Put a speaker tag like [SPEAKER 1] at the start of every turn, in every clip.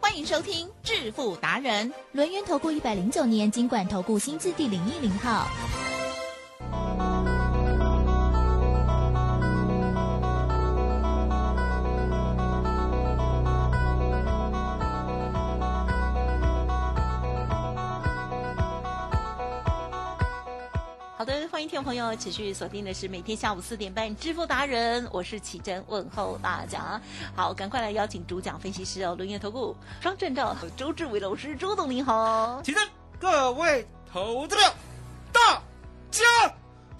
[SPEAKER 1] 欢迎收听《致富达人》，
[SPEAKER 2] 轮源投顾一百零九年经管投顾新字第零一零号。
[SPEAKER 1] 好的，欢迎听众朋友持续锁定的是每天下午四点半《致富达人》，我是启珍，问候大家。好，赶快来邀请主讲分析师哦，轮源投顾双证照周志伟老师，周董您好。
[SPEAKER 3] 请问各位投资者，大家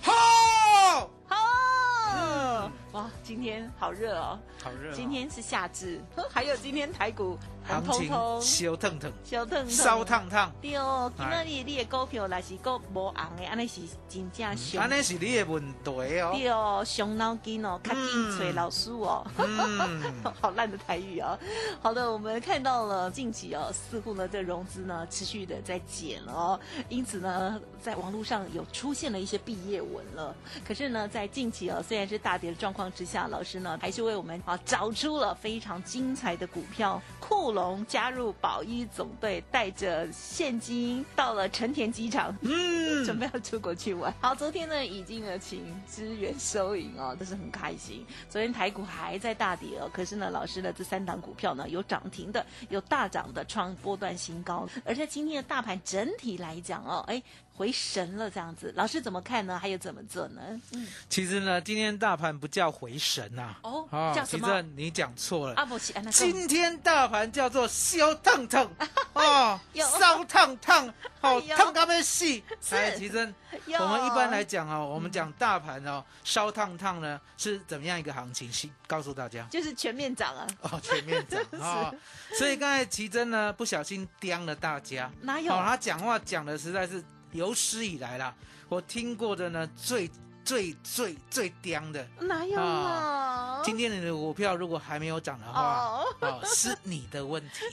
[SPEAKER 3] 好！
[SPEAKER 1] 好，哇，今天好热哦，
[SPEAKER 3] 好热、
[SPEAKER 1] 今天是夏至， 还有今天台股红彤
[SPEAKER 3] 行
[SPEAKER 1] 彤
[SPEAKER 3] 情，烧腾腾，哎
[SPEAKER 1] 小腾腾
[SPEAKER 3] 烧。烫烫，
[SPEAKER 1] 对哦，今仔日你的股票若是股无红的，安尼是真正
[SPEAKER 3] 嗯安
[SPEAKER 1] 上
[SPEAKER 3] 尼是你的问题哦。
[SPEAKER 1] 对哦，伤脑筋哦，较紧找老师哦。
[SPEAKER 3] 嗯，
[SPEAKER 1] 好烂的台语啊！好的，我们看到了近期哦，似乎呢这融资呢持续的在减了哦，因此呢，在网络上有出现了一些毕业文了。可是呢，在近期哦，虽然是大跌的状况之下，老师呢还是为我们啊找出了非常精彩的股票。库龙加入宝一总队，带着现金到了成田机场，
[SPEAKER 3] 嗯
[SPEAKER 1] 准备要出国去玩。好，昨天呢已经呢请支援收银哦，真是很开心。昨天台股还在大跌哦，可是呢老师呢这三档股票呢有涨停的，有大涨的，创波段新高。而在今天的大盘整体来讲哦，哎回神了这样子，老师怎么看呢？还有怎么做呢？嗯，
[SPEAKER 3] 其实呢，今天大盘不叫回神呐、啊，
[SPEAKER 1] 哦
[SPEAKER 3] 啊
[SPEAKER 1] 叫什
[SPEAKER 3] 其
[SPEAKER 1] 么啊
[SPEAKER 3] 实你讲错了。
[SPEAKER 1] 阿伯奇安娜
[SPEAKER 3] 今天大盘叫做烧烫 烫哦，
[SPEAKER 1] 有
[SPEAKER 3] 烧烫烫，
[SPEAKER 1] 哎
[SPEAKER 3] 好
[SPEAKER 1] 呦
[SPEAKER 3] 烫到要死。哎
[SPEAKER 1] 是
[SPEAKER 3] 来，奇珍，我
[SPEAKER 1] 啊
[SPEAKER 3] 们一般来讲
[SPEAKER 1] 嗯
[SPEAKER 3] 哦，我们讲大盘哦，烧烫烫呢是怎么样一个行情？是告诉大家
[SPEAKER 1] 就是全面涨啊，
[SPEAKER 3] 哦，全面涨啊、哦。所以刚才奇珍呢不小心刁了大家，
[SPEAKER 1] 哪有？
[SPEAKER 3] 哦，他讲话讲的实在是有史以来啦，我听过的呢最最最最刁的。
[SPEAKER 1] 哪有啊？
[SPEAKER 3] 今天你的股票如果还没有涨的话，
[SPEAKER 1] 哦，
[SPEAKER 3] 哦，是你的问 题。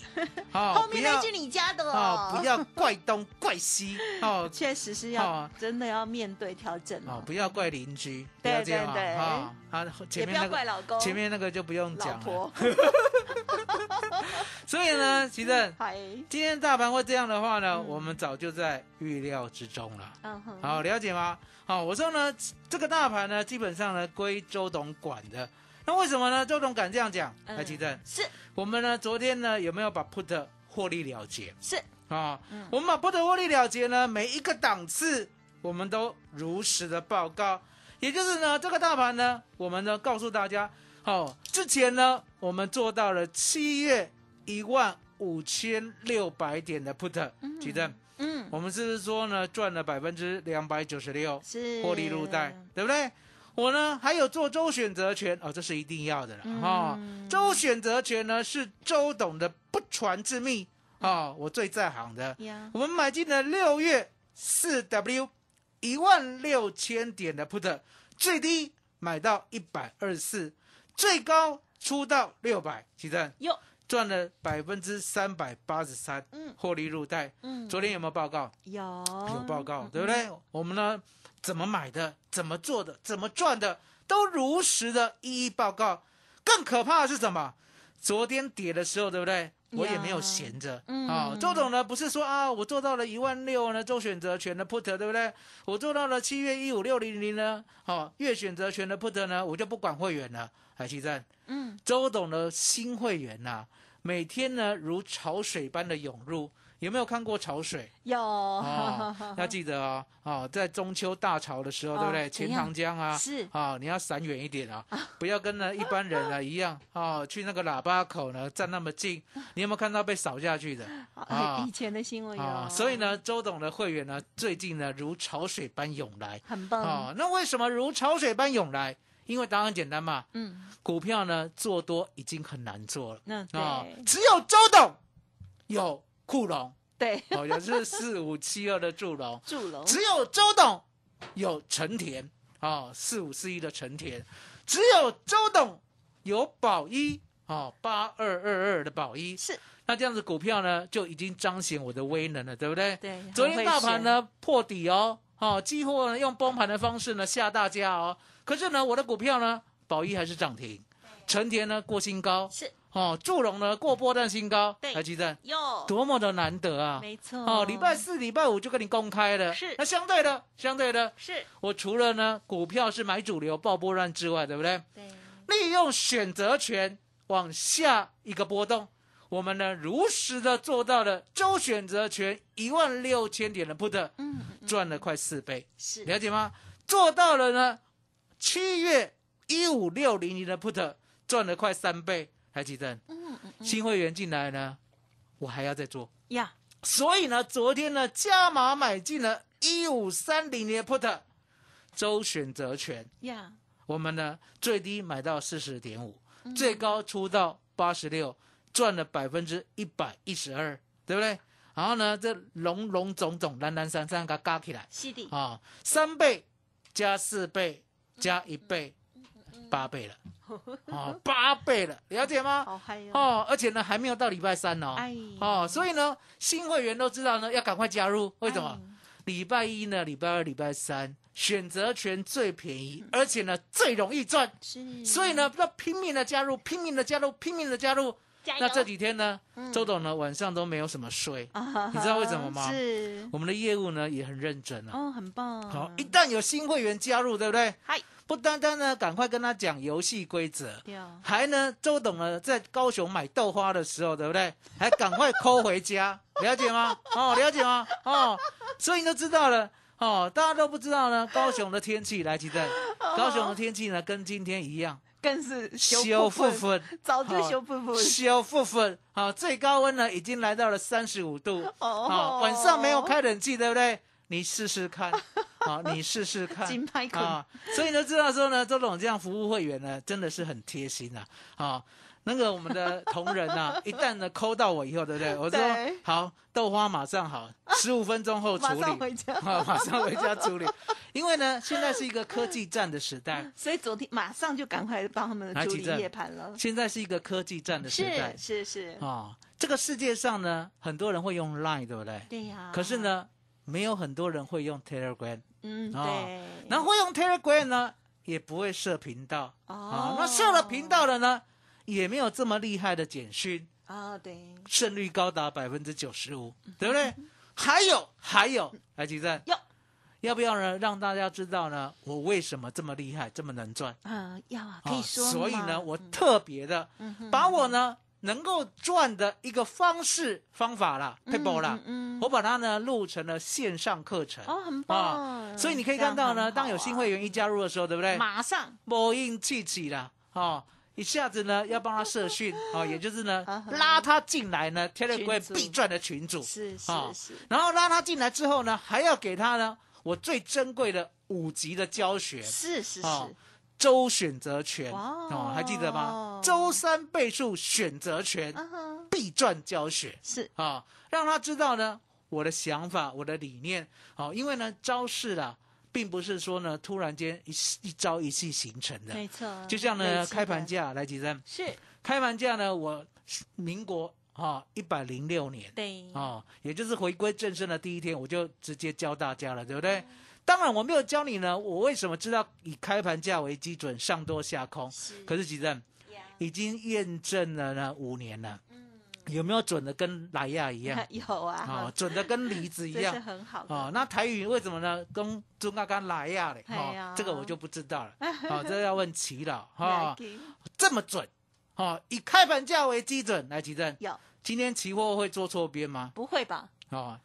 [SPEAKER 1] 后
[SPEAKER 3] 哦，不
[SPEAKER 1] 面
[SPEAKER 3] 要
[SPEAKER 1] 那句你加的
[SPEAKER 3] 哦，不要怪东怪西哦
[SPEAKER 1] 确实是要、啊
[SPEAKER 3] 哦
[SPEAKER 1] 真的要面对调整
[SPEAKER 3] 哦
[SPEAKER 1] 哦，，
[SPEAKER 3] 不要怪邻居，不
[SPEAKER 1] 对
[SPEAKER 3] 要这样
[SPEAKER 1] 对对
[SPEAKER 3] 啊啊！啊
[SPEAKER 1] 也
[SPEAKER 3] 前
[SPEAKER 1] 不
[SPEAKER 3] 面
[SPEAKER 1] 要
[SPEAKER 3] 那个
[SPEAKER 1] 怪老公、
[SPEAKER 3] 前面那个就不用
[SPEAKER 1] 哦老
[SPEAKER 3] 讲啊了。
[SPEAKER 1] 婆。
[SPEAKER 3] 所以呢，其实
[SPEAKER 1] 嗨，
[SPEAKER 3] 今天大盘会这样的话呢，
[SPEAKER 1] 嗯
[SPEAKER 3] 我们早就在预料之中了。
[SPEAKER 1] 嗯哼，
[SPEAKER 3] 好，了解吗？好，我说呢，这个大盘呢，基本上呢归周董管的。那为什么呢？周董敢这样讲？
[SPEAKER 1] 嗯
[SPEAKER 3] 来，奇正，
[SPEAKER 1] 是
[SPEAKER 3] 我们呢昨天呢有没有把 put 获利了结？
[SPEAKER 1] 是，
[SPEAKER 3] 啊、
[SPEAKER 1] 嗯
[SPEAKER 3] 我们把波特获利了结呢，每一个档次我们都如实的报告，也就是呢，这个大盘呢，我们呢告诉大家，哦，之前呢，我们做到了七月一万五千六百点的 put，
[SPEAKER 1] 嗯
[SPEAKER 3] 举证，
[SPEAKER 1] 嗯，
[SPEAKER 3] 我们是不是说呢，赚了百分之两百九十六，
[SPEAKER 1] 是
[SPEAKER 3] 获利入袋，对不对？我呢还有做周选择权哦，这是一定要的了哈、哦
[SPEAKER 1] 嗯
[SPEAKER 3] 周选择权呢是周董的不传之秘哦，我最在行的。
[SPEAKER 1] 呀，
[SPEAKER 3] 我们买进了六月四 W 一万六千点的 put，最低买到一百二十四，最高出到六百，奇正
[SPEAKER 1] 哟，
[SPEAKER 3] 赚了百分之三百八十三，
[SPEAKER 1] 嗯
[SPEAKER 3] 获利入袋。
[SPEAKER 1] 嗯，
[SPEAKER 3] 昨天有没有报告？
[SPEAKER 1] 有
[SPEAKER 3] 有报告，
[SPEAKER 1] 嗯
[SPEAKER 3] 对不对？我们呢，怎么买的，怎么做的，怎么赚的，都如实的一一报告。更可怕的是什么？昨天跌的时候，对不对？我也没有闲着啊、
[SPEAKER 1] 嗯
[SPEAKER 3] 周董呢，不是说啊，我做到了一万六呢，周选择权的 put，对不对？我做到了七月一五六零零呢，哦，月选择权的 put 呢，我就不管会员了。海奇正，
[SPEAKER 1] 嗯，
[SPEAKER 3] 周董的新会员呐、每天呢如潮水般的涌入，有没有看过潮水？
[SPEAKER 1] 有，
[SPEAKER 3] 哦，要记得哦，哦，在中秋大潮的时候，
[SPEAKER 1] 哦
[SPEAKER 3] 对不对？
[SPEAKER 1] 怎
[SPEAKER 3] 钱
[SPEAKER 1] 样
[SPEAKER 3] 塘江啊，
[SPEAKER 1] 是
[SPEAKER 3] 啊、你要闪远一点啊，不要跟那一般人啊一样 哦，去那个喇叭口呢站那么近。你有没有看到被扫下去的
[SPEAKER 1] 哎
[SPEAKER 3] 啊
[SPEAKER 1] 以前的新闻
[SPEAKER 3] 啊、
[SPEAKER 1] 有，
[SPEAKER 3] 所以呢，周董的会员呢，最近呢如潮水般涌来
[SPEAKER 1] 很
[SPEAKER 3] 啊、
[SPEAKER 1] 棒，
[SPEAKER 3] 那为什么如潮水般涌来？因为答案简单嘛，
[SPEAKER 1] 嗯，
[SPEAKER 3] 股票呢做多已经很难做了。
[SPEAKER 1] 那
[SPEAKER 3] 啊、
[SPEAKER 1] 对，
[SPEAKER 3] 只有周董有库龙，
[SPEAKER 1] 对，
[SPEAKER 3] 哦，也是四五七二的祝龙，
[SPEAKER 1] 祝龙
[SPEAKER 3] 只有周董有成田哦，四五四一的成田，只有周董有宝一哦，八二二二的宝一。
[SPEAKER 1] 是
[SPEAKER 3] 那这样子股票呢，就已经彰显我的威能了，对不对？
[SPEAKER 1] 对很
[SPEAKER 3] 昨天大盘呢破底哦，哦，期货呢用崩盘的方式呢吓大家哦。可是呢，我的股票呢，宝一还是涨停，成田呢过新高，
[SPEAKER 1] 是
[SPEAKER 3] 哦，祝融呢过波段新高，
[SPEAKER 1] 对
[SPEAKER 3] 台积电
[SPEAKER 1] 哟，
[SPEAKER 3] 多么的难得啊！
[SPEAKER 1] 没错
[SPEAKER 3] 哦，礼拜四、礼拜五就跟你公开了。
[SPEAKER 1] 是
[SPEAKER 3] 那相对的，相对的，
[SPEAKER 1] 是
[SPEAKER 3] 我除了呢股票是买主流爆波段之外，对不对？
[SPEAKER 1] 对
[SPEAKER 3] 利用选择权往下一个波动，我们呢如实的做到了周选择权一万六千点的 put，
[SPEAKER 1] 嗯
[SPEAKER 3] 赚了快四倍，
[SPEAKER 1] 是
[SPEAKER 3] 了解吗？做到了呢，七月一五六零零的 put 赚了快三倍，还记得？
[SPEAKER 1] 嗯嗯嗯
[SPEAKER 3] 新会员进来呢，我还要再做。
[SPEAKER 1] 呀
[SPEAKER 3] 所以呢，昨天呢加码买进了一五三零的 put 周选择权，
[SPEAKER 1] 呀
[SPEAKER 3] 我们呢最低买到四十点五，最高出到八十六，赚了百分之一百一十二，对不对？然后呢，这龙龙种种、蓝蓝三三，给它嘎起来
[SPEAKER 1] 西地
[SPEAKER 3] 啊，三倍加四倍加一倍，八倍了，哦，八倍了，了解吗？
[SPEAKER 1] 好嗨哟，
[SPEAKER 3] 哦，而且呢还没有到礼拜三哦，
[SPEAKER 1] 哎
[SPEAKER 3] 哦，所以呢新会员都知道呢要赶快加入，为什么？
[SPEAKER 1] 哎
[SPEAKER 3] 礼拜一呢，礼拜二、礼拜三选择权最便
[SPEAKER 1] 嗯
[SPEAKER 3] 宜，而且呢最容易赚，
[SPEAKER 1] 是
[SPEAKER 3] 所以呢要拼命的加入，拼命的加入，拼命的加入。
[SPEAKER 1] 加油
[SPEAKER 3] 那这几天呢，
[SPEAKER 1] 哎嗯
[SPEAKER 3] 周董呢晚上都没有什么睡，
[SPEAKER 1] 啊
[SPEAKER 3] 你知道为什么吗
[SPEAKER 1] 是
[SPEAKER 3] 我们的业务呢也很认真啊。
[SPEAKER 1] 哦，很棒，
[SPEAKER 3] 好、一旦有新会员加入，对不对？
[SPEAKER 1] 嗨
[SPEAKER 3] 不单单呢赶快跟他讲游戏规则，
[SPEAKER 1] 对啊
[SPEAKER 3] 还呢，周董呢在高雄买豆花的时候，对不对？还赶快抠回家， 了解吗？哦，了解吗？哦，所以你都知道了。哦，大家都不知道呢，高雄的天气来，吉正，高雄的天气呢跟今天一样，
[SPEAKER 1] 更是
[SPEAKER 3] 哦修
[SPEAKER 1] 复
[SPEAKER 3] 复分，
[SPEAKER 1] 早就修复复
[SPEAKER 3] 修复分。好、最高温呢已经来到了三十五度。
[SPEAKER 1] 哦
[SPEAKER 3] 好晚上没有开冷气，对不对？你试试看，好，你试试 看，
[SPEAKER 1] 金牌捆
[SPEAKER 3] 啊，所以呢，知道说呢，周董这样服务会员呢，真的是很贴心呐、啊，那个我们的同仁 啊，一旦呢抠到我以后，对不对？我说
[SPEAKER 1] 对
[SPEAKER 3] 好，豆花马上好，十五分钟后处
[SPEAKER 1] 马
[SPEAKER 3] 理，
[SPEAKER 1] 上回家
[SPEAKER 3] 啊马上回家处理，因为呢，现在是一个科技战的时代，
[SPEAKER 1] 所以昨天马上就赶快帮他们
[SPEAKER 3] 来
[SPEAKER 1] 处理
[SPEAKER 3] 急诊
[SPEAKER 1] 夜盘了，
[SPEAKER 3] 现在是一个科技战的时代
[SPEAKER 1] 是是是
[SPEAKER 3] 啊、，这个世界上呢，很多人会用 Line，对不对？
[SPEAKER 1] 对呀。
[SPEAKER 3] 可是，呢，没有很多人会用 Telegram，
[SPEAKER 1] 嗯
[SPEAKER 3] 哦
[SPEAKER 1] 对，
[SPEAKER 3] 然后会用 Telegram 呢，也不会设频道啊
[SPEAKER 1] 哦。，
[SPEAKER 3] 那设了频道了呢，也没有这么厉害的简讯，
[SPEAKER 1] 啊，对，
[SPEAKER 3] 胜率高达百分之九十五，
[SPEAKER 1] 嗯
[SPEAKER 3] 对不对？还有还有，来吉正
[SPEAKER 1] 哟，
[SPEAKER 3] 要不要呢？让大家知道呢，我为什么这么厉害，这么能赚？
[SPEAKER 1] 嗯，要啊，
[SPEAKER 3] 啊
[SPEAKER 1] 可以说吗，
[SPEAKER 3] 所以呢，我
[SPEAKER 1] 嗯
[SPEAKER 3] 特别的
[SPEAKER 1] 嗯哼
[SPEAKER 3] 把我呢能够赚的一个方式方法啦，配
[SPEAKER 1] 嗯
[SPEAKER 3] 包啦，哦
[SPEAKER 1] 嗯，嗯
[SPEAKER 3] 我把它呢录成了线上课程。
[SPEAKER 1] 哦，很
[SPEAKER 3] 啊
[SPEAKER 1] 棒，
[SPEAKER 3] 所以你可以看到
[SPEAKER 1] 啊
[SPEAKER 3] 呢，当有新会
[SPEAKER 1] 员，
[SPEAKER 3] 员一加入的时候，对不对？
[SPEAKER 1] 马上
[SPEAKER 3] 波音气起啦，哦，一下子呢要帮他 社训，哦，也就是呢
[SPEAKER 1] 啊哈
[SPEAKER 3] 拉他进来呢
[SPEAKER 1] 群
[SPEAKER 3] ，Telegram
[SPEAKER 1] 组
[SPEAKER 3] 必赚的群主，
[SPEAKER 1] 是
[SPEAKER 3] 啊
[SPEAKER 1] 是是，
[SPEAKER 3] 然后拉他进来之后呢，还要给他呢我最珍贵的五级的教学，
[SPEAKER 1] 是是
[SPEAKER 3] 哦
[SPEAKER 1] 是，
[SPEAKER 3] 周选择权，
[SPEAKER 1] 哇
[SPEAKER 3] 哦，还记得吗
[SPEAKER 1] 哦？
[SPEAKER 3] 周三倍数选择权
[SPEAKER 1] 嗯哼，
[SPEAKER 3] 必赚教学，
[SPEAKER 1] 是
[SPEAKER 3] 啊、让他知道呢我的想法、我的理念。哦，因为呢招式啦，并不是说呢突然间一一朝一夕形成的。
[SPEAKER 1] 没错，
[SPEAKER 3] 就像呢
[SPEAKER 1] 累积的
[SPEAKER 3] 开盘价来几针，
[SPEAKER 1] 是
[SPEAKER 3] 开盘价呢我民国啊一百零六年
[SPEAKER 1] 对，
[SPEAKER 3] 哦，也就是回归正身的第一天，我就直接教大家了，对不
[SPEAKER 1] 嗯
[SPEAKER 3] 对？当然我没有教你呢，我为什么知道以开盘价为基准上多下空？
[SPEAKER 1] 是
[SPEAKER 3] 可是几针
[SPEAKER 1] 呀
[SPEAKER 3] 已经验证了呢五年了，
[SPEAKER 1] 嗯，
[SPEAKER 3] 有没有准的跟莱亚一样？
[SPEAKER 1] 有
[SPEAKER 3] 啊、
[SPEAKER 1] 啊，
[SPEAKER 3] 准的跟梨子一
[SPEAKER 1] 这 是
[SPEAKER 3] 样。
[SPEAKER 1] 很好的
[SPEAKER 3] 哦，那台语为什么呢？跟中刚刚来呀嘞，
[SPEAKER 1] 哎呀
[SPEAKER 3] 哦，这个我就不 知道了，哦，这要问齐老哈、
[SPEAKER 1] 来
[SPEAKER 3] 哦，
[SPEAKER 1] 给
[SPEAKER 3] 这么准，哦，以开盘价为基准来齐正，
[SPEAKER 1] 有
[SPEAKER 3] 今天期货会做错边吗？
[SPEAKER 1] 不会吧？
[SPEAKER 3] 哦，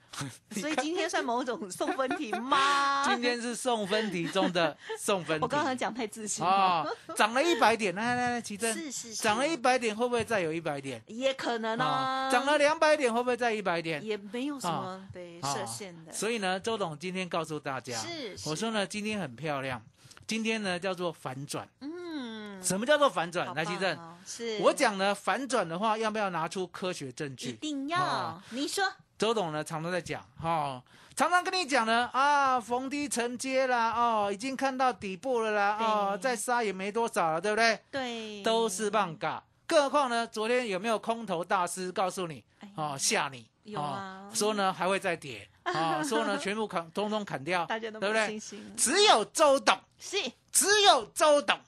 [SPEAKER 3] 你
[SPEAKER 1] 所以
[SPEAKER 3] 看？
[SPEAKER 1] 今天算某种送分题吗
[SPEAKER 3] 今天是送分题中 的送分
[SPEAKER 1] 啊
[SPEAKER 3] 题，
[SPEAKER 1] 我刚才讲太自信了，
[SPEAKER 3] 哦，涨了一百点，来来来，齐正，
[SPEAKER 1] 是是是，
[SPEAKER 3] 涨了一百点会不会再有一百点？
[SPEAKER 1] 也可能
[SPEAKER 3] 哦
[SPEAKER 1] 啊，
[SPEAKER 3] 涨了两百点会不会再一百点？
[SPEAKER 1] 也没有什么对
[SPEAKER 3] 啊
[SPEAKER 1] 设限的，
[SPEAKER 3] 所以呢，周董今天告诉大家，
[SPEAKER 1] 是是
[SPEAKER 3] 我说呢，今天很漂亮，今天呢叫做反转
[SPEAKER 1] 嗯，嗯
[SPEAKER 3] 什么叫做反
[SPEAKER 1] 好
[SPEAKER 3] 转？来，
[SPEAKER 1] 棒
[SPEAKER 3] 奇正，
[SPEAKER 1] 哦是
[SPEAKER 3] 我讲呢，反转的话要不要拿出科学证
[SPEAKER 1] 一
[SPEAKER 3] 据？
[SPEAKER 1] 定要
[SPEAKER 3] 啊，
[SPEAKER 1] 你说
[SPEAKER 3] 周董呢常常在讲哦，常常跟你讲呢啊，逢低承接啦，哦，已经看到底部了啦，哦，
[SPEAKER 1] 对
[SPEAKER 3] 再杀也没多少了，对不对？
[SPEAKER 1] 对，
[SPEAKER 3] 都是棒嘎。更何况呢，昨天有没有空头大师告诉你
[SPEAKER 1] 哎呀
[SPEAKER 3] 哦吓你？
[SPEAKER 1] 有啊
[SPEAKER 3] 哦，说呢还会再跌 啊、说呢全部砍，通通砍掉，
[SPEAKER 1] 大家都
[SPEAKER 3] 对不
[SPEAKER 1] 没有信
[SPEAKER 3] 对？
[SPEAKER 1] 心了，
[SPEAKER 3] 只有周董，
[SPEAKER 1] 是
[SPEAKER 3] 只有周董，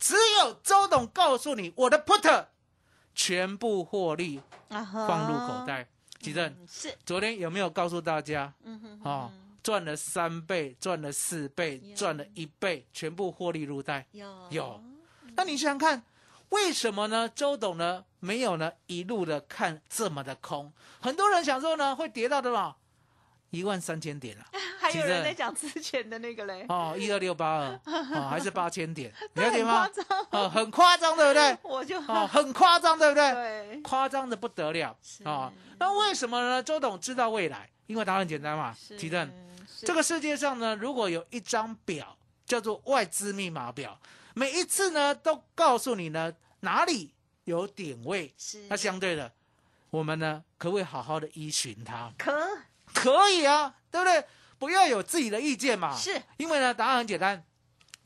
[SPEAKER 3] 只有周董告诉你，我的 put 全部获利
[SPEAKER 1] 啊哈，
[SPEAKER 3] 放入口袋。吉正，
[SPEAKER 1] 嗯，是，
[SPEAKER 3] 昨天有没有告诉大家
[SPEAKER 1] 嗯哼，
[SPEAKER 3] 哦
[SPEAKER 1] 嗯，
[SPEAKER 3] 赚了三倍，赚了四倍
[SPEAKER 1] 有，
[SPEAKER 3] 赚了一倍，全部获利入袋。
[SPEAKER 1] 有
[SPEAKER 3] 有，那你想想看，为什么呢？周董呢没有呢一路的看这么的空，很多人想说呢会跌到多少一万三千点 啊，
[SPEAKER 1] 还有人
[SPEAKER 3] 其实
[SPEAKER 1] 在讲之前的那个嘞，
[SPEAKER 3] 哦一二六八二哦还是八千 点，了 解
[SPEAKER 1] 很夸？
[SPEAKER 3] 吗
[SPEAKER 1] 张，
[SPEAKER 3] 哦，很夸张，对不 对？
[SPEAKER 1] 我就
[SPEAKER 3] 哦，很夸张，对不对？
[SPEAKER 1] 对，
[SPEAKER 3] 夸张的不得了
[SPEAKER 1] 是
[SPEAKER 3] 啊、哦！那为什么呢？周董知道未来，因为答案很简单嘛。
[SPEAKER 1] 是
[SPEAKER 3] 提振，
[SPEAKER 1] 是
[SPEAKER 3] 这个世界上呢，如果有一张表叫做外资密码表，每一次呢都告诉你呢哪里有点位，
[SPEAKER 1] 是
[SPEAKER 3] 那相对的，我们呢可不可以好好的依循它？
[SPEAKER 1] 可
[SPEAKER 3] 可以啊，对不对？不要有自己的意见嘛。
[SPEAKER 1] 是
[SPEAKER 3] 因为呢答案很简单，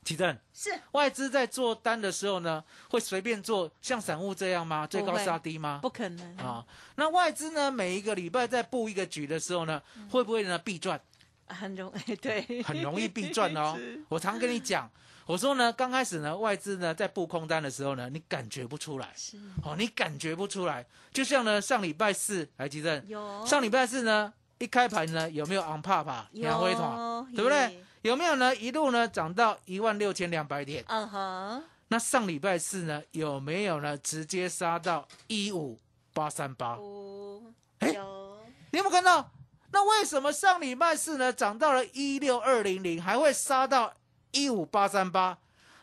[SPEAKER 3] 提振。
[SPEAKER 1] 是
[SPEAKER 3] 外资在做单的时候呢，会随便做像散户这样吗？最
[SPEAKER 1] 不
[SPEAKER 3] 高
[SPEAKER 1] 会
[SPEAKER 3] 杀低吗？
[SPEAKER 1] 不可能，
[SPEAKER 3] 啊，那外资呢，每一个礼拜在布一个局的时候呢，
[SPEAKER 1] 嗯
[SPEAKER 3] 会不会呢必赚？
[SPEAKER 1] 很容 易对，
[SPEAKER 3] 很容易必赚哦
[SPEAKER 1] 是。
[SPEAKER 3] 我常跟你讲，我说呢，刚开始呢，外资呢在布空单的时候呢，你感觉不出来，
[SPEAKER 1] 是
[SPEAKER 3] 哦，你感觉不出来。就像呢，上礼拜四，来吉正，
[SPEAKER 1] 有
[SPEAKER 3] 上礼拜四呢，一开盘呢有没有 on 帕帕
[SPEAKER 1] 哦有
[SPEAKER 3] 两回团，对不对
[SPEAKER 1] 耶？
[SPEAKER 3] 有没有呢？一路呢涨到一万六千两百点。
[SPEAKER 1] 嗯哼，
[SPEAKER 3] 那上礼拜四呢，有没有呢直接杀到一五八三八？
[SPEAKER 1] 五
[SPEAKER 3] 哎
[SPEAKER 1] 有
[SPEAKER 3] 你有没有看到？那为什么上礼拜四呢涨到了一六二零零，还会杀到一五八三八？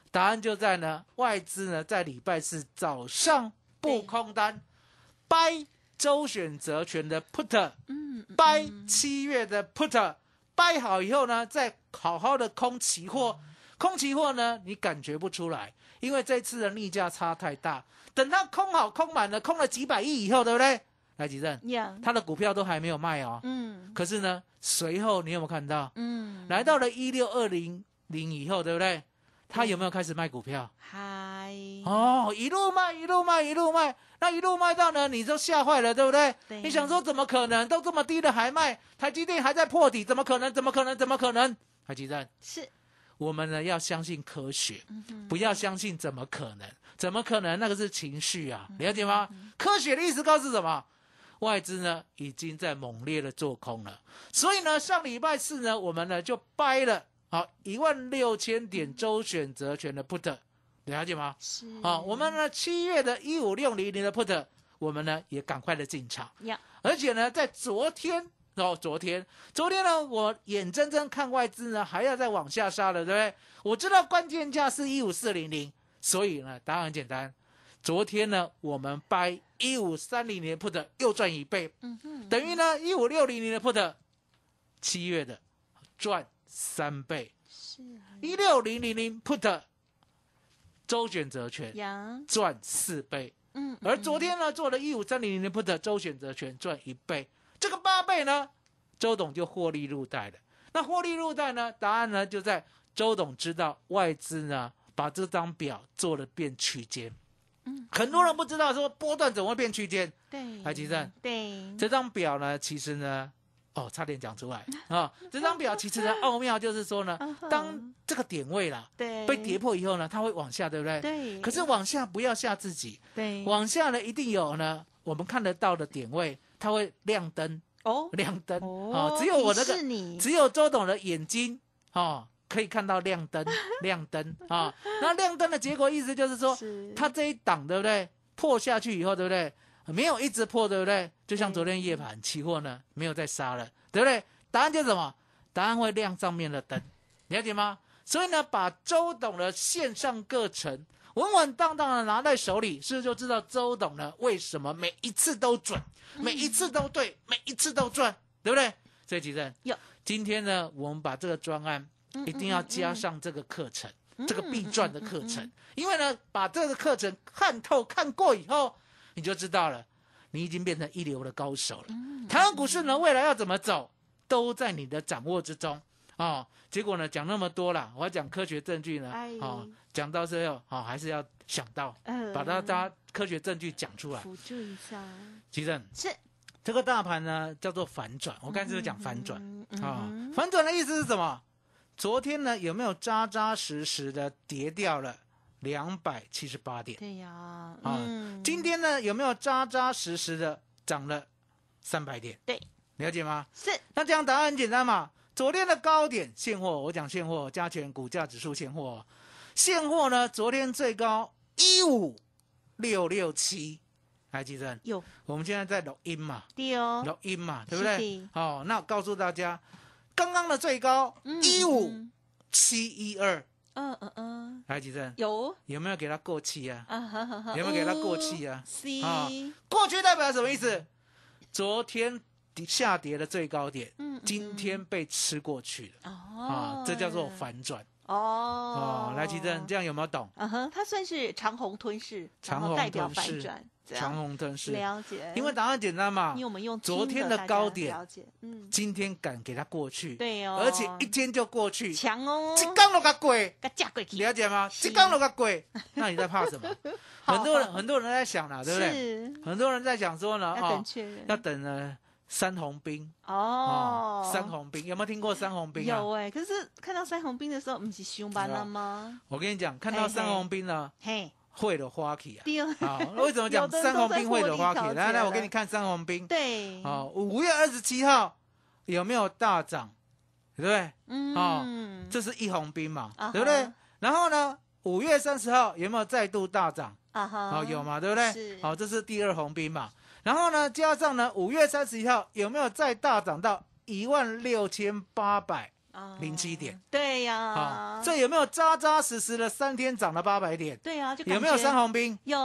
[SPEAKER 3] 答案就在呢，外资呢在礼拜四早上布空单，掰周选择权的 put，
[SPEAKER 1] 嗯嗯
[SPEAKER 3] 掰
[SPEAKER 1] 嗯
[SPEAKER 3] 七月的 put，掰好以后呢，再好好的空期货。空期货呢，你感觉不出来，因为这次的逆价差太大。等到空好空满了，空了几百亿以后，对不对？来，吉正，
[SPEAKER 1] 呀，
[SPEAKER 3] 他的股票都还没有卖哦。
[SPEAKER 1] 嗯
[SPEAKER 3] 可是呢，随后你有没有看到，
[SPEAKER 1] 嗯，
[SPEAKER 3] 来到了一六二零零以后，对不对？他有没有开始卖股票？
[SPEAKER 1] 嗨，
[SPEAKER 3] 哦，一路卖，一路卖，一路卖，那一路卖到呢，你都吓坏了，对不对？
[SPEAKER 1] 对
[SPEAKER 3] 你想说怎么可能？都这么低了还卖？台积电还在破底，怎么可能？怎么可能？怎么可能？台积电，
[SPEAKER 1] 是
[SPEAKER 3] 我们呢要相信科学，
[SPEAKER 1] 嗯
[SPEAKER 3] 不要相信怎么可能？怎么可能？那个是情绪啊，了解吗？科学的意思告诉什么？外资呢已经在猛烈的做空了，所以呢上礼拜四呢我们呢就掰了好一万六千点周选择权的 put，了解吗？
[SPEAKER 1] 是
[SPEAKER 3] 好、我们呢七月的一五六零零的 put，我们呢也赶快的进场，
[SPEAKER 1] 呀
[SPEAKER 3] 而且呢在昨天。哦，昨天，昨天呢，我眼睁睁看外资呢还要再往下杀了，对不对？我知道关键价是一五四零零，所以呢，答案很简单。昨天呢，我们掰一五三零零的 put 又赚一倍，
[SPEAKER 1] 嗯哼，
[SPEAKER 3] 等于呢一五六零零的 put，七月的赚三倍，
[SPEAKER 1] 是啊
[SPEAKER 3] 一六零零零 put 周选择权
[SPEAKER 1] 呀，
[SPEAKER 3] 赚四倍，
[SPEAKER 1] 嗯，
[SPEAKER 3] 而
[SPEAKER 1] 嗯
[SPEAKER 3] 昨天呢做了一五三零零的 put 周选择权赚一倍，这个八倍呢，周董就获利入袋了。那获利入袋呢，答案呢就在周董知道外资呢把这张表做了变区间。
[SPEAKER 1] 嗯
[SPEAKER 3] 很多人不知道说波段怎么会变区间，
[SPEAKER 1] 对，
[SPEAKER 3] 台积电
[SPEAKER 1] 对，
[SPEAKER 3] 这张表呢，其实呢，哦，差点讲出来
[SPEAKER 1] 嗯
[SPEAKER 3] 啊、这张表其实呢，奥妙就是说呢，当这个点位啦
[SPEAKER 1] 对
[SPEAKER 3] 被跌破以后呢，它会往下，对不对？。
[SPEAKER 1] 对，
[SPEAKER 3] 可是往下不要吓自己，
[SPEAKER 1] 对
[SPEAKER 3] 往下呢一定有呢，我们看得到的点位，它会亮灯，
[SPEAKER 1] 哦
[SPEAKER 3] 亮灯哦只有我那
[SPEAKER 1] 是
[SPEAKER 3] 个，
[SPEAKER 1] 你
[SPEAKER 3] 只有周董的眼睛哦，可以看到亮灯， 亮灯啊、那亮灯的结果意思就是说，
[SPEAKER 1] 是
[SPEAKER 3] 它这一档对不对？破下去以后，对不对？没有一直破，对不对？就像昨天夜
[SPEAKER 1] 嗯
[SPEAKER 3] 盘期货呢，没有再杀了，对不对？答案就是什么？答案会亮上面的灯，了解吗？所以呢，把周董的线上课程稳稳当当的拿在手里，是不是就知道周董呢为什么每一次都准，
[SPEAKER 1] 嗯
[SPEAKER 3] 每一次都对，每一次都赚，对不对？所以其实
[SPEAKER 1] 有
[SPEAKER 3] 今天呢，我们把这个专案
[SPEAKER 1] 嗯
[SPEAKER 3] 一定要
[SPEAKER 1] 嗯嗯
[SPEAKER 3] 加
[SPEAKER 1] 嗯
[SPEAKER 3] 上这个课程，这个必赚的课程，因为呢，把这个课程看透看过以后，你就知道了，你已经变成一流的高手了。
[SPEAKER 1] 嗯
[SPEAKER 3] 台湾股市呢，未来要怎么走，都在你的掌握之中哦。结果呢，讲那么多了，我要讲科学证据呢
[SPEAKER 1] 哎，
[SPEAKER 3] 哦，讲到最后，哦，还是要想到
[SPEAKER 1] 嗯
[SPEAKER 3] 把它大家科学证据讲出来。
[SPEAKER 1] 辅助一下，
[SPEAKER 3] 其正
[SPEAKER 1] 是
[SPEAKER 3] 这个大盘呢，叫做反转。我刚才是不是讲反转
[SPEAKER 1] 嗯
[SPEAKER 3] 啊、
[SPEAKER 1] 嗯
[SPEAKER 3] 反转的意思是什么？昨天呢有没有扎扎实实的跌掉了两百七十八点？
[SPEAKER 1] 对呀，
[SPEAKER 3] 啊
[SPEAKER 1] 嗯
[SPEAKER 3] 今天呢有没有扎扎实实的涨了三百点？
[SPEAKER 1] 对，
[SPEAKER 3] 了解吗？
[SPEAKER 1] 是
[SPEAKER 3] 那这样答案很简单嘛。昨天的高点现货，我讲现货，加权股价指数现货哦，现货呢昨天最高一五六六七，还记得？
[SPEAKER 1] 有
[SPEAKER 3] 我们现在在抖音嘛，
[SPEAKER 1] 丢，
[SPEAKER 3] 抖音嘛，对不
[SPEAKER 1] 哦是
[SPEAKER 3] 对
[SPEAKER 1] 的？
[SPEAKER 3] 哦，那我告诉大家，刚刚的最高一五
[SPEAKER 1] 嗯
[SPEAKER 3] 七一二，
[SPEAKER 1] 嗯嗯嗯，
[SPEAKER 3] 来吉正
[SPEAKER 1] 有
[SPEAKER 3] 有没有给它过气啊？
[SPEAKER 1] 啊，哈哈哈哦
[SPEAKER 3] 有没有给它过气啊
[SPEAKER 1] ？C，嗯
[SPEAKER 3] 啊过去代表什么意思？昨天底下跌的最高点，
[SPEAKER 1] 嗯
[SPEAKER 3] 今天被吃过去了啊
[SPEAKER 1] 哦，，
[SPEAKER 3] 这叫做反转
[SPEAKER 1] 哦
[SPEAKER 3] 哦。来吉正，这样有没有懂？
[SPEAKER 1] 嗯哼，它算是长虹吞噬，
[SPEAKER 3] 长
[SPEAKER 1] 然后
[SPEAKER 3] 虹
[SPEAKER 1] 代表
[SPEAKER 3] 吞噬
[SPEAKER 1] 反转，这样
[SPEAKER 3] 长虹吞噬，
[SPEAKER 1] 啊了解，
[SPEAKER 3] 因为答案简单嘛
[SPEAKER 1] 你，有没有用
[SPEAKER 3] 昨
[SPEAKER 1] 听
[SPEAKER 3] 天的
[SPEAKER 1] 的大家
[SPEAKER 3] 高点
[SPEAKER 1] 了解，嗯，
[SPEAKER 3] 今天敢给它过去，
[SPEAKER 1] 对哦，
[SPEAKER 3] 而且一天就过去，这
[SPEAKER 1] 强哦，
[SPEAKER 3] 刚都给它过。
[SPEAKER 1] 个价贵
[SPEAKER 3] 了解吗？
[SPEAKER 1] 是
[SPEAKER 3] 这刚了个鬼， 那你在怕 什么？很多人很多人在想啦，对不对？
[SPEAKER 1] 是
[SPEAKER 3] 很多人在想说呢，
[SPEAKER 1] 要
[SPEAKER 3] 哦
[SPEAKER 1] 等，确认，
[SPEAKER 3] 要等呢三红兵
[SPEAKER 1] 哦
[SPEAKER 3] 哦，，三红兵有没有听过三红兵啊
[SPEAKER 1] 有？哎，可是看到三红兵的时候，不是凶巴了吗？
[SPEAKER 3] 我跟你讲，看到
[SPEAKER 1] 嘿嘿
[SPEAKER 3] 三红兵呢，
[SPEAKER 1] 嘿，
[SPEAKER 3] 会的花 旗啊。
[SPEAKER 1] 第二
[SPEAKER 3] 啊，为什么
[SPEAKER 1] 哎
[SPEAKER 3] 讲
[SPEAKER 1] 有的人
[SPEAKER 3] 三红兵会的花旗
[SPEAKER 1] 都在获？利
[SPEAKER 3] 来
[SPEAKER 1] 了解
[SPEAKER 3] 来，
[SPEAKER 1] 了
[SPEAKER 3] 我给你看三红兵。
[SPEAKER 1] 对，
[SPEAKER 3] 哦，五月二十七号有没有大涨？对不对？
[SPEAKER 1] 嗯
[SPEAKER 3] 哦这是一红兵嘛
[SPEAKER 1] 啊哈，
[SPEAKER 3] 对不对？然后呢，五月三十号有没有再度大涨？
[SPEAKER 1] 啊哈，
[SPEAKER 3] 好、哦有？嘛，对不对
[SPEAKER 1] 是？
[SPEAKER 3] 好、这是第二红兵嘛。然后呢，加上呢，五月三十一号有没有再大涨到一万六千八百？07点，
[SPEAKER 1] 啊对
[SPEAKER 3] 好
[SPEAKER 1] 呀，，
[SPEAKER 3] 这有没有扎扎实实的三天涨了八百点？
[SPEAKER 1] 对啊呀，就感
[SPEAKER 3] 有没有
[SPEAKER 1] 觉
[SPEAKER 3] 三？红兵？
[SPEAKER 1] 有，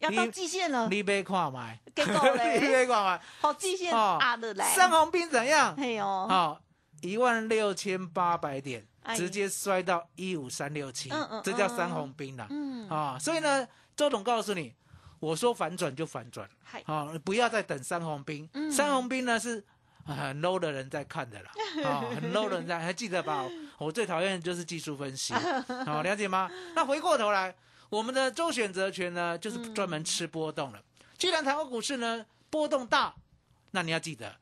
[SPEAKER 1] 要到
[SPEAKER 3] 你
[SPEAKER 1] 极限了，
[SPEAKER 3] 你别看买，
[SPEAKER 1] 给够 欸
[SPEAKER 3] 你
[SPEAKER 1] 嘞，
[SPEAKER 3] 别看买，
[SPEAKER 1] 好极限
[SPEAKER 3] 哦
[SPEAKER 1] 啊的来，
[SPEAKER 3] 三，红兵怎样？
[SPEAKER 1] 嘿哟，
[SPEAKER 3] 好、一万六千八百点，
[SPEAKER 1] 哎
[SPEAKER 3] 直接摔到一五三六七
[SPEAKER 1] 嗯嗯，
[SPEAKER 3] 这叫三红兵啦。
[SPEAKER 1] 嗯，
[SPEAKER 3] 啊、所以呢，周董告诉你，我说反转就反转。
[SPEAKER 1] 嗨，
[SPEAKER 3] 好、不要再等三红兵。
[SPEAKER 1] 嗯
[SPEAKER 3] 三红兵呢是呃很 low 的人在 看的啦，啊、很 low 的人在，还记得吧？我最讨厌的就是技术分 析，好、了解吗？那回过头来，我们的周选择权呢，就是
[SPEAKER 1] 嗯
[SPEAKER 3] 专门吃波动了。既然台湾股市呢波动大，那你要记得，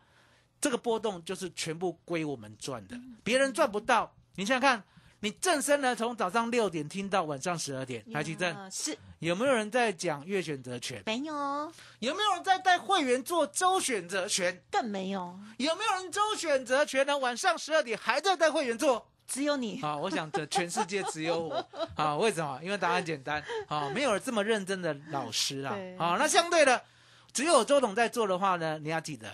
[SPEAKER 3] 这个波动就是全部归我们赚的，别人赚不到。你想想看。你正声呢，从早上六点听到晚上十二点，台积电
[SPEAKER 1] 呀是
[SPEAKER 3] 有没有人在讲月选择权？
[SPEAKER 1] 没有，哦
[SPEAKER 3] 有没有人在带会员做周选择权？
[SPEAKER 1] 更没有，
[SPEAKER 3] 有没有人周选择权呢？晚上十二点还在带会员做？
[SPEAKER 1] 只有 你，
[SPEAKER 3] 啊，我想这全世界只有我啊！为什么？因为答案简单啊，没有这么认真的老师啊
[SPEAKER 1] 对
[SPEAKER 3] 啊！那相对的，只有周董在做的话呢，你要记得，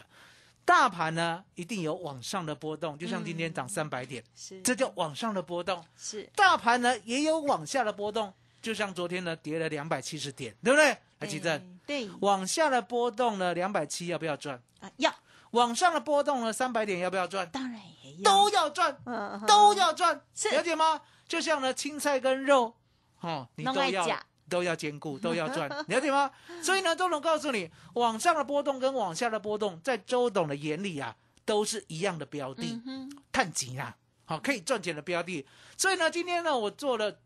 [SPEAKER 3] 大盘呢一定有往上的波动，就像今天涨三百点，
[SPEAKER 1] 嗯是
[SPEAKER 3] 这叫往上的波动；
[SPEAKER 1] 是
[SPEAKER 3] 大盘呢也有往下的波动，就像昨天呢跌了两百七十点，对不对？来，吉正，
[SPEAKER 1] 对
[SPEAKER 3] 往下的波动呢，两百七要不要赚？
[SPEAKER 1] 啊，要
[SPEAKER 3] 往上的波动呢，三百点要不要赚？
[SPEAKER 1] 当然也要，
[SPEAKER 3] 都要赚，
[SPEAKER 1] 嗯
[SPEAKER 3] 都要赚，
[SPEAKER 1] 是
[SPEAKER 3] 了解吗？就像呢，青菜跟肉，哦，你
[SPEAKER 1] 拢
[SPEAKER 3] 都
[SPEAKER 1] 爱
[SPEAKER 3] 要
[SPEAKER 1] 吃
[SPEAKER 3] 都要 兼顾，都要赚，了解吗？所以呢，周董告诉你，往上的波动跟往下的波动，在周董的眼里啊，都是一样的标的，
[SPEAKER 1] 嗯哼
[SPEAKER 3] 探钱啊，好、可以赚钱的标的。所以呢，今天呢，我做了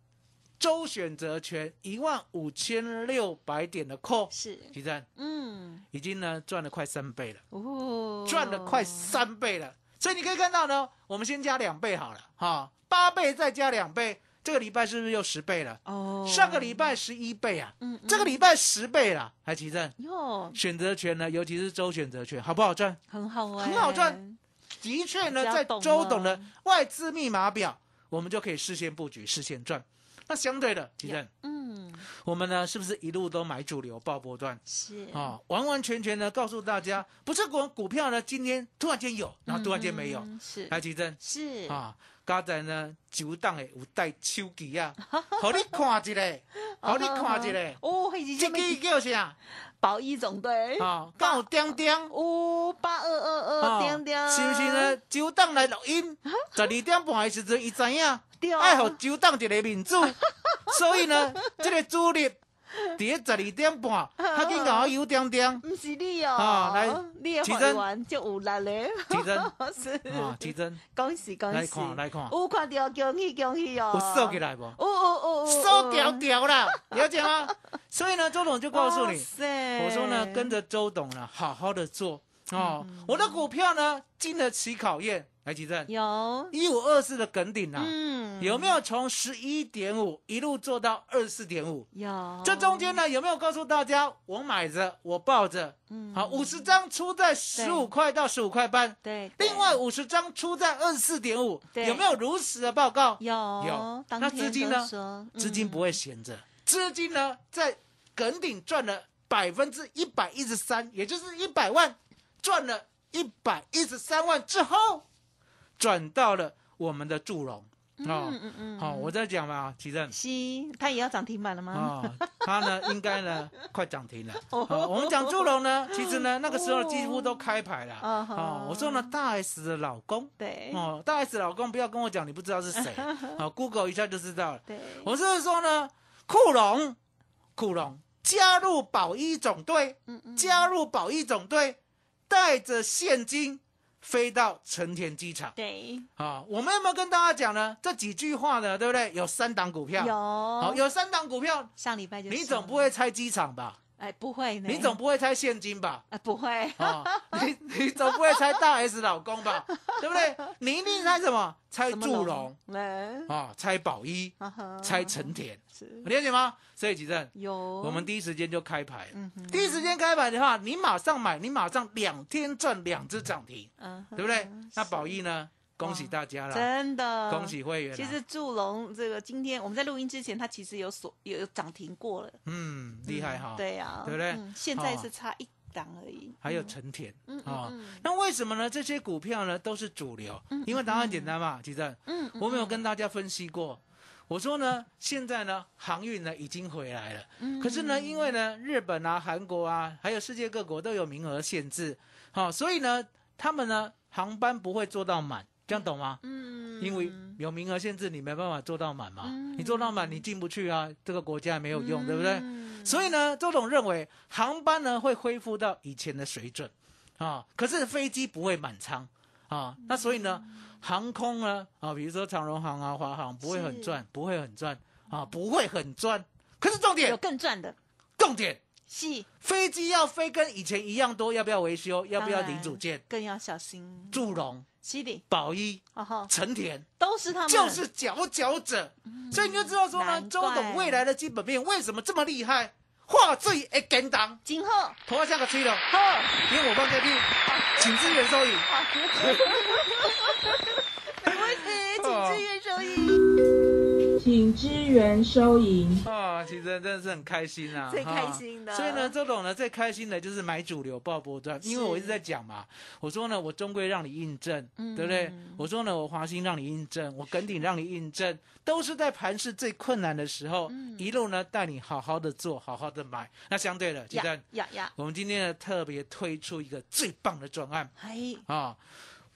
[SPEAKER 3] 周选择权一万五千六百点的 call，
[SPEAKER 1] 是
[SPEAKER 3] 其实
[SPEAKER 1] 嗯
[SPEAKER 3] 已经呢赚了快三倍了。
[SPEAKER 1] 哦，
[SPEAKER 3] 赚了快三倍了。所以你可以看到呢，我们先加两倍好了，哈、八倍再加两倍，这个礼拜是不是又十倍了？
[SPEAKER 1] 哦，
[SPEAKER 3] 上个礼拜十一倍啊，
[SPEAKER 1] 嗯
[SPEAKER 3] 这个礼拜十倍了。还奇正，
[SPEAKER 1] 哟
[SPEAKER 3] 选择权呢，尤其是周选择权，好不好赚？
[SPEAKER 1] 很好哎，
[SPEAKER 3] 很好赚，的确呢，
[SPEAKER 1] 只要
[SPEAKER 3] 在
[SPEAKER 1] 懂
[SPEAKER 3] 周董的
[SPEAKER 1] 了
[SPEAKER 3] 外资密码表，我们就可以事先布局，事先赚。那相对的，奇正，
[SPEAKER 1] 嗯
[SPEAKER 3] 我们呢是不是一路都买主流爆波段？
[SPEAKER 1] 是
[SPEAKER 3] 啊、完完全全的告诉大家，不是股股票呢，今天突然间有，然后突然间没有，
[SPEAKER 1] 嗯是
[SPEAKER 3] 来奇正，
[SPEAKER 1] 是
[SPEAKER 3] 啊，刚才呢，酒档诶有带手 机啊，互你看一下，互你看一下，
[SPEAKER 1] 哦，嘿，已
[SPEAKER 3] 这
[SPEAKER 1] 经
[SPEAKER 3] 个叫啥？
[SPEAKER 1] 保一总队
[SPEAKER 3] 啊，有点点，
[SPEAKER 1] 五八二二二
[SPEAKER 3] 哦
[SPEAKER 1] 对对
[SPEAKER 3] 是不是呢？九档来录 音，十二点半的时阵，伊知影，
[SPEAKER 1] 对啊
[SPEAKER 3] 爱互九档一个 面子，所以呢，这个主力伫咧十二 点半，他紧甲我有点点，
[SPEAKER 1] 唔是你哦，
[SPEAKER 3] 啊来
[SPEAKER 1] 你的
[SPEAKER 3] 起
[SPEAKER 1] 会
[SPEAKER 3] 身
[SPEAKER 1] 员就有力嘞，
[SPEAKER 3] 奇珍，
[SPEAKER 1] 是，
[SPEAKER 3] 啊，奇珍，
[SPEAKER 1] 恭喜恭喜，
[SPEAKER 3] 来看来看
[SPEAKER 1] 有哦看到恭喜恭喜 哦，
[SPEAKER 3] 有瘦起，来无？
[SPEAKER 1] 哦哦哦哦，
[SPEAKER 3] 瘦屌屌啦，了解吗？所以呢，周董就告诉你，
[SPEAKER 1] 我
[SPEAKER 3] 我说呢，跟
[SPEAKER 1] 嗯
[SPEAKER 3] 着周董呢，好好的做哦。我的股票呢，经得起考验，来，奇珍，
[SPEAKER 1] 有，
[SPEAKER 3] 一五二四的梗顶啊。
[SPEAKER 1] 嗯，
[SPEAKER 3] 有没有从十一点五一路做到二十四点五？
[SPEAKER 1] 有，
[SPEAKER 3] 这中间呢有没有告诉大家，我买着，我抱着，
[SPEAKER 1] 嗯
[SPEAKER 3] 好，五十张出在十五块到十五块半，
[SPEAKER 1] 对，对
[SPEAKER 3] 另外五十张出在二十四点五，
[SPEAKER 1] 对
[SPEAKER 3] 有没有如实的报告？
[SPEAKER 1] 有
[SPEAKER 3] 有
[SPEAKER 1] 当
[SPEAKER 3] 那
[SPEAKER 1] 天
[SPEAKER 3] 资金
[SPEAKER 1] 都
[SPEAKER 3] 呢
[SPEAKER 1] 说
[SPEAKER 3] 资金不
[SPEAKER 1] 嗯
[SPEAKER 3] 会闲着，资金呢在梗顶赚了百分之一百一十三，也就是一百万，赚了一百一十三万之后，转到了我们的祝融啊。
[SPEAKER 1] 嗯嗯嗯，
[SPEAKER 3] 好，我在讲嘛，奇正。
[SPEAKER 1] 是，它也要涨停板了吗？
[SPEAKER 3] 哦，它呢应该呢快涨停了。
[SPEAKER 1] 哦
[SPEAKER 3] 哦，我们讲祝融呢，其实呢那个时候几乎都开牌了。
[SPEAKER 1] 哦
[SPEAKER 3] 哦，我说呢大 S 的老公，
[SPEAKER 1] 对
[SPEAKER 3] 哦大 S 老公不要跟我讲你不知道是 谁，好 Google 一下就知道了。
[SPEAKER 1] 对，
[SPEAKER 3] 我是说呢，库龙，库龙加入保一总队，
[SPEAKER 1] 嗯嗯
[SPEAKER 3] 加入保一总队，带着现金飞到成田机场。
[SPEAKER 1] 对，
[SPEAKER 3] 啊、我们有没有跟大家讲呢？这几句话呢，对不对？有三档股票，好，
[SPEAKER 1] 有
[SPEAKER 3] 有三档股票，
[SPEAKER 1] 上礼拜就
[SPEAKER 3] 你
[SPEAKER 1] 上
[SPEAKER 3] 总
[SPEAKER 1] 了
[SPEAKER 3] 不会猜机场吧？
[SPEAKER 1] 哎不会呢，
[SPEAKER 3] 你总不会猜现金吧？
[SPEAKER 1] 啊不会，
[SPEAKER 3] 啊、你你总不会猜大 S 老 公吧？对不对？你一定猜什么？猜
[SPEAKER 1] 什么嗯
[SPEAKER 3] 祝融
[SPEAKER 1] 来，
[SPEAKER 3] 啊，猜宝一，
[SPEAKER 1] 哈哈
[SPEAKER 3] 猜成田，
[SPEAKER 1] 是
[SPEAKER 3] 了解吗？所以吉正，
[SPEAKER 1] 有，
[SPEAKER 3] 我们第一时间就开牌。
[SPEAKER 1] 嗯哼
[SPEAKER 3] 第一时间开牌的话，你马上买，你马上两天赚两只涨停，
[SPEAKER 1] 嗯哼
[SPEAKER 3] 对不对？那
[SPEAKER 1] 是
[SPEAKER 3] 宝一呢？恭喜大家啦！
[SPEAKER 1] 真的
[SPEAKER 3] 恭。喜会员啊啦！
[SPEAKER 1] 其实祝龙这个今天我们在录音之前，它其实有所有有涨停过了，
[SPEAKER 3] 嗯，厉害哈。
[SPEAKER 1] 嗯对呀，
[SPEAKER 3] 对不对
[SPEAKER 1] 嗯现在
[SPEAKER 3] 哦
[SPEAKER 1] 是差一档而已，
[SPEAKER 3] 还有成田
[SPEAKER 1] 嗯
[SPEAKER 3] 啊
[SPEAKER 1] 嗯嗯。
[SPEAKER 3] 那为什么呢？这些股票呢都是主流，因为答案简单嘛，吉正。
[SPEAKER 1] 嗯，
[SPEAKER 3] 我没有跟大家分析过，我说呢，现在呢航运呢已经回来了，
[SPEAKER 1] 嗯
[SPEAKER 3] 可是呢，因为呢日本啊、韩国啊，还有世界各国都有名额限制，好，所以呢他们呢航班不会做到满，这样懂吗？
[SPEAKER 1] 嗯，
[SPEAKER 3] 因为有名额限制，你没办法做到满嘛，
[SPEAKER 1] 嗯
[SPEAKER 3] 你做到满你进不去啊，这个国家没有用，对不对？
[SPEAKER 1] 嗯
[SPEAKER 3] 所以呢，周董认为航班呢会恢复到以前的水准啊，可是飞机不会满舱啊，那所以呢，
[SPEAKER 1] 嗯
[SPEAKER 3] 航空呢啊，比如说长荣航啊、华航不会很
[SPEAKER 1] 是
[SPEAKER 3] 赚，不会很赚啊，不会很赚。可是重
[SPEAKER 1] 有
[SPEAKER 3] 点，
[SPEAKER 1] 更赚的，
[SPEAKER 3] 重点，
[SPEAKER 1] 是
[SPEAKER 3] 飞机要飞跟以前一样多，要不要维修？要不要
[SPEAKER 1] 当然
[SPEAKER 3] 零组件？
[SPEAKER 1] 更要小心。
[SPEAKER 3] 祝融、
[SPEAKER 1] 西里，
[SPEAKER 3] 宝一、
[SPEAKER 1] 哦吼，
[SPEAKER 3] 成田
[SPEAKER 1] 都是他们，
[SPEAKER 3] 就是佼佼者，所以你就知道说呢，
[SPEAKER 1] 嗯难
[SPEAKER 3] 周
[SPEAKER 1] 怪
[SPEAKER 3] 董未来的基本面为什么这么厉害，话最会跟当，
[SPEAKER 1] 今后好，
[SPEAKER 3] 头发像个吹了。
[SPEAKER 1] 好，
[SPEAKER 3] 因为我放这边，请支援收银。
[SPEAKER 1] 没问题，哎
[SPEAKER 3] 啊
[SPEAKER 1] 请支援收益。
[SPEAKER 4] 请支援收银。
[SPEAKER 3] 啊，其实真的是很开心啊，
[SPEAKER 1] 最
[SPEAKER 3] 哈
[SPEAKER 1] 开心的
[SPEAKER 3] 所以呢，周董呢最开心的就是买主流爆波段，因为我一直在讲嘛，我说呢，我终归让你印证，
[SPEAKER 1] 嗯
[SPEAKER 3] 对不对？我说呢，我华兴让你印证，我耿鼎让你印证，都是在盘市最困难的时候，
[SPEAKER 1] 嗯
[SPEAKER 3] 一路呢带你好好的做，好好的买。那相对的，其实
[SPEAKER 1] 呀呀呀，
[SPEAKER 3] 我们今天呢特别推出一个最棒的专案
[SPEAKER 1] 嘿，
[SPEAKER 3] 啊，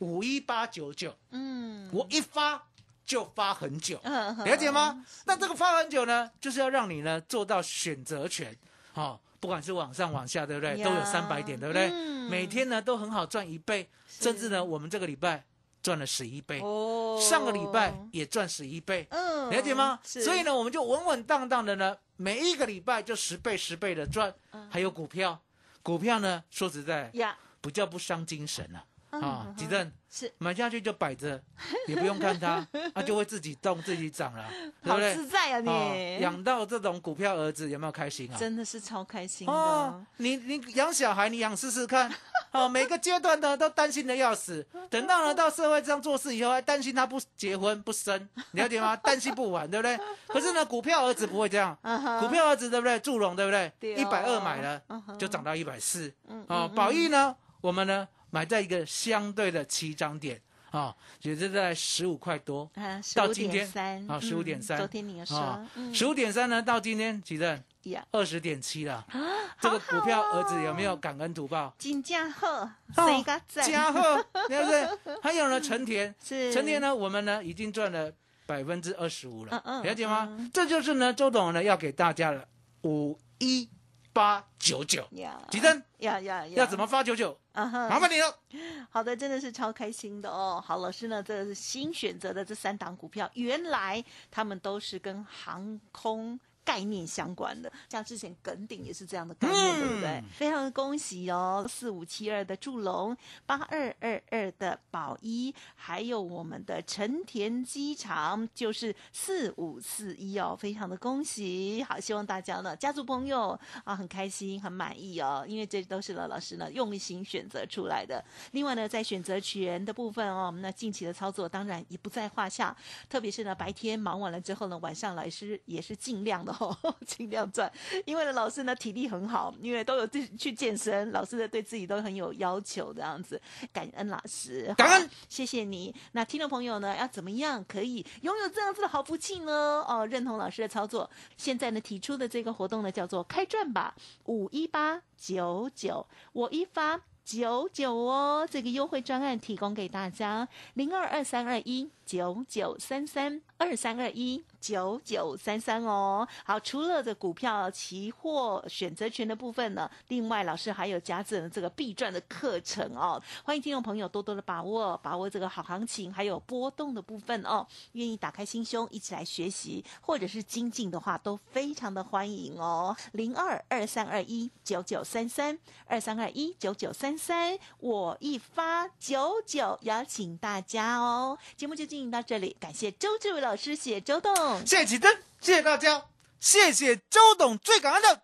[SPEAKER 3] 五一八九九，
[SPEAKER 1] 嗯，
[SPEAKER 3] 我一发就发很久。
[SPEAKER 1] 嗯，
[SPEAKER 3] 了解吗？那这个发很久呢，就是要让你呢做到选择权，哦，不管是往上往下，对不对？
[SPEAKER 1] 呀
[SPEAKER 3] 都有三百点，对不对？
[SPEAKER 1] 嗯
[SPEAKER 3] 每天呢都很好赚一倍，甚至呢我们这个礼拜赚了十一倍，
[SPEAKER 1] 哦，
[SPEAKER 3] 上个礼拜也赚十一倍，
[SPEAKER 1] 嗯，
[SPEAKER 3] 了解吗？
[SPEAKER 1] 是
[SPEAKER 3] 所以，呢我们就稳稳当当的呢，每一个礼拜就十倍十倍的赚，
[SPEAKER 1] 嗯
[SPEAKER 3] 还有股票，股票呢说实在
[SPEAKER 1] 呀，嗯
[SPEAKER 3] 不叫不伤精神啊。啊，吉正
[SPEAKER 1] 是
[SPEAKER 3] 买下去就摆着，也不用 看它，它就会自己动自己涨了，对
[SPEAKER 1] 好
[SPEAKER 3] 不对？
[SPEAKER 1] 自在啊
[SPEAKER 3] 哦，
[SPEAKER 1] 你，
[SPEAKER 3] 养到这种股票儿子有没有开心啊？
[SPEAKER 1] 真的是超开心
[SPEAKER 3] 哦
[SPEAKER 1] 的，，
[SPEAKER 3] 你你养小孩，你养试试 看。哦，每个阶段呢都担心的要死，等到呢到社会上做事以后，还担心他不结婚不生，你了解吗？担心不完，对不对？可是呢，股票儿子不会这样，
[SPEAKER 1] 嗯哼
[SPEAKER 3] 股票儿子对不对？祝融对不对？
[SPEAKER 1] 对
[SPEAKER 3] 一
[SPEAKER 1] 哦
[SPEAKER 3] 百二买了
[SPEAKER 1] 嗯哼
[SPEAKER 3] 就涨到一百四
[SPEAKER 1] 嗯，
[SPEAKER 3] 哦，宝益呢，我们呢买在一个相对的起涨点。啊，也是在十五块多
[SPEAKER 1] 啊，
[SPEAKER 3] 到
[SPEAKER 1] 15.3
[SPEAKER 3] 今天啊
[SPEAKER 1] 嗯
[SPEAKER 3] 15.3
[SPEAKER 1] 昨天你有说
[SPEAKER 3] 啊，，十五点三呢，到今天几阵
[SPEAKER 1] 一样
[SPEAKER 3] 二十点七了。
[SPEAKER 1] 啊，
[SPEAKER 3] 这个
[SPEAKER 1] 好
[SPEAKER 3] 股票
[SPEAKER 1] 好
[SPEAKER 3] 儿子有没有
[SPEAKER 1] 哦？
[SPEAKER 3] 感恩图报？
[SPEAKER 1] 金价鹤，
[SPEAKER 3] 哦
[SPEAKER 1] 谁个赞？
[SPEAKER 3] 加贺，对不对？还有呢，成田，
[SPEAKER 1] 是
[SPEAKER 3] 成田呢，我们呢已经赚了百分之二十五了，
[SPEAKER 1] 嗯嗯
[SPEAKER 3] 了解吗
[SPEAKER 1] 嗯？
[SPEAKER 3] 这就是呢，周董呢要给大家的五一八九九，
[SPEAKER 1] 呀，
[SPEAKER 3] 吉珍
[SPEAKER 1] 呀啊呀呀，
[SPEAKER 3] 要怎么？发九九？
[SPEAKER 1] 啊哈，
[SPEAKER 3] 麻烦你哦了。
[SPEAKER 1] 好的，真的是超开心的哦。好，老师呢，这是新选择的这三档股票，原来他们都是跟航空。概念相关的，像之前耿鼎也是这样的概念，
[SPEAKER 3] 嗯
[SPEAKER 1] 对不对？非常恭喜哦，四五七二的祝龙，八二二二的宝一，还有我们的成田机场就是四五四一哦，非常的恭喜。好，希望大家呢，家族朋友啊，很开心，很满意哦，因为这都是呢老师呢用心选择出来的。另外呢，在选择权的部分哦，那近期的操作当然也不在话下，特别是呢白天忙完了之后呢，晚上老师也是尽量的哦， 尽量赚，因为呢老师呢体力很好，因为都有自己去健身，老师呢对自己都很有要求这样子，感恩老师，
[SPEAKER 3] 感恩
[SPEAKER 1] 好，谢谢你。那听众朋友呢，要怎么样可以拥有这样子的好福气呢？哦，认同老师的操作，现在呢提出的这个活动呢叫做开赚吧，五一八九九，我一发。九九哦，这个优惠专案提供给大家，零二二三二一九九三三二三二一九九三三哦。好，除了这股票期货选择权的部分呢，另外老师还有加赠这个必赚的课程哦，欢迎听众朋友多多的把握，把握这个好行情，还有波动的部分哦。愿意打开心胸一起来学习，或者是精进的话，都非常的欢迎哦。零二二三二一九九三三二三二一九九三三，我一发九九，邀请大家哦。节目就进行到这里，感谢周志伟老师，谢谢周董，
[SPEAKER 3] 谢谢启真，谢谢大家，谢谢周董，最感恩的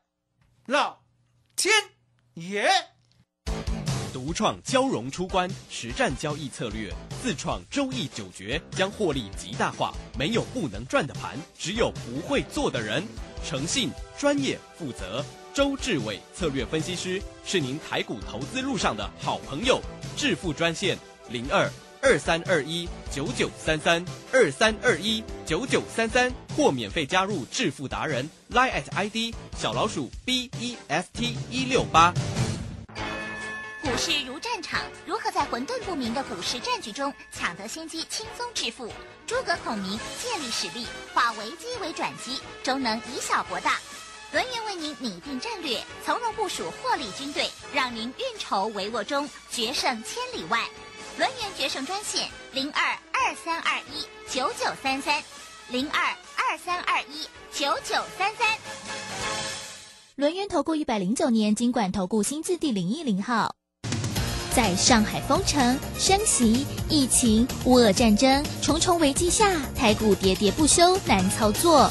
[SPEAKER 3] 老天爷。
[SPEAKER 5] 独创交融出关实战交易策略，自创周易九诀，将获利极大化。没有不能赚的盘，只有不会做的人。诚信、专业、负责，周志伟策略分析师是您台股投资路上的好朋友。致富专线零二二三二一九九三三二三二一九九三三，或免费加入致富达人 Line at ID 小老鼠 B E S T 一六八。
[SPEAKER 2] 股市如战场，如何在混沌不明的股市战局中抢得先机，轻松致富？诸葛孔明借力使力，化危机为转机，终能以小博大。轮源为您拟定战略，从容部署获利军队，让您运筹帷幄中决胜千里外。轮源决胜专线零二二三二一九九三三零二二三二一九九三三。轮源投顾一百零九年经管投顾新字第零一零号。在上海封城、升息、疫情、乌俄战争重重危机下，台股喋喋不休，难操作。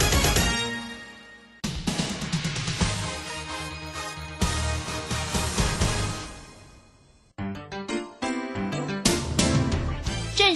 [SPEAKER 6] 正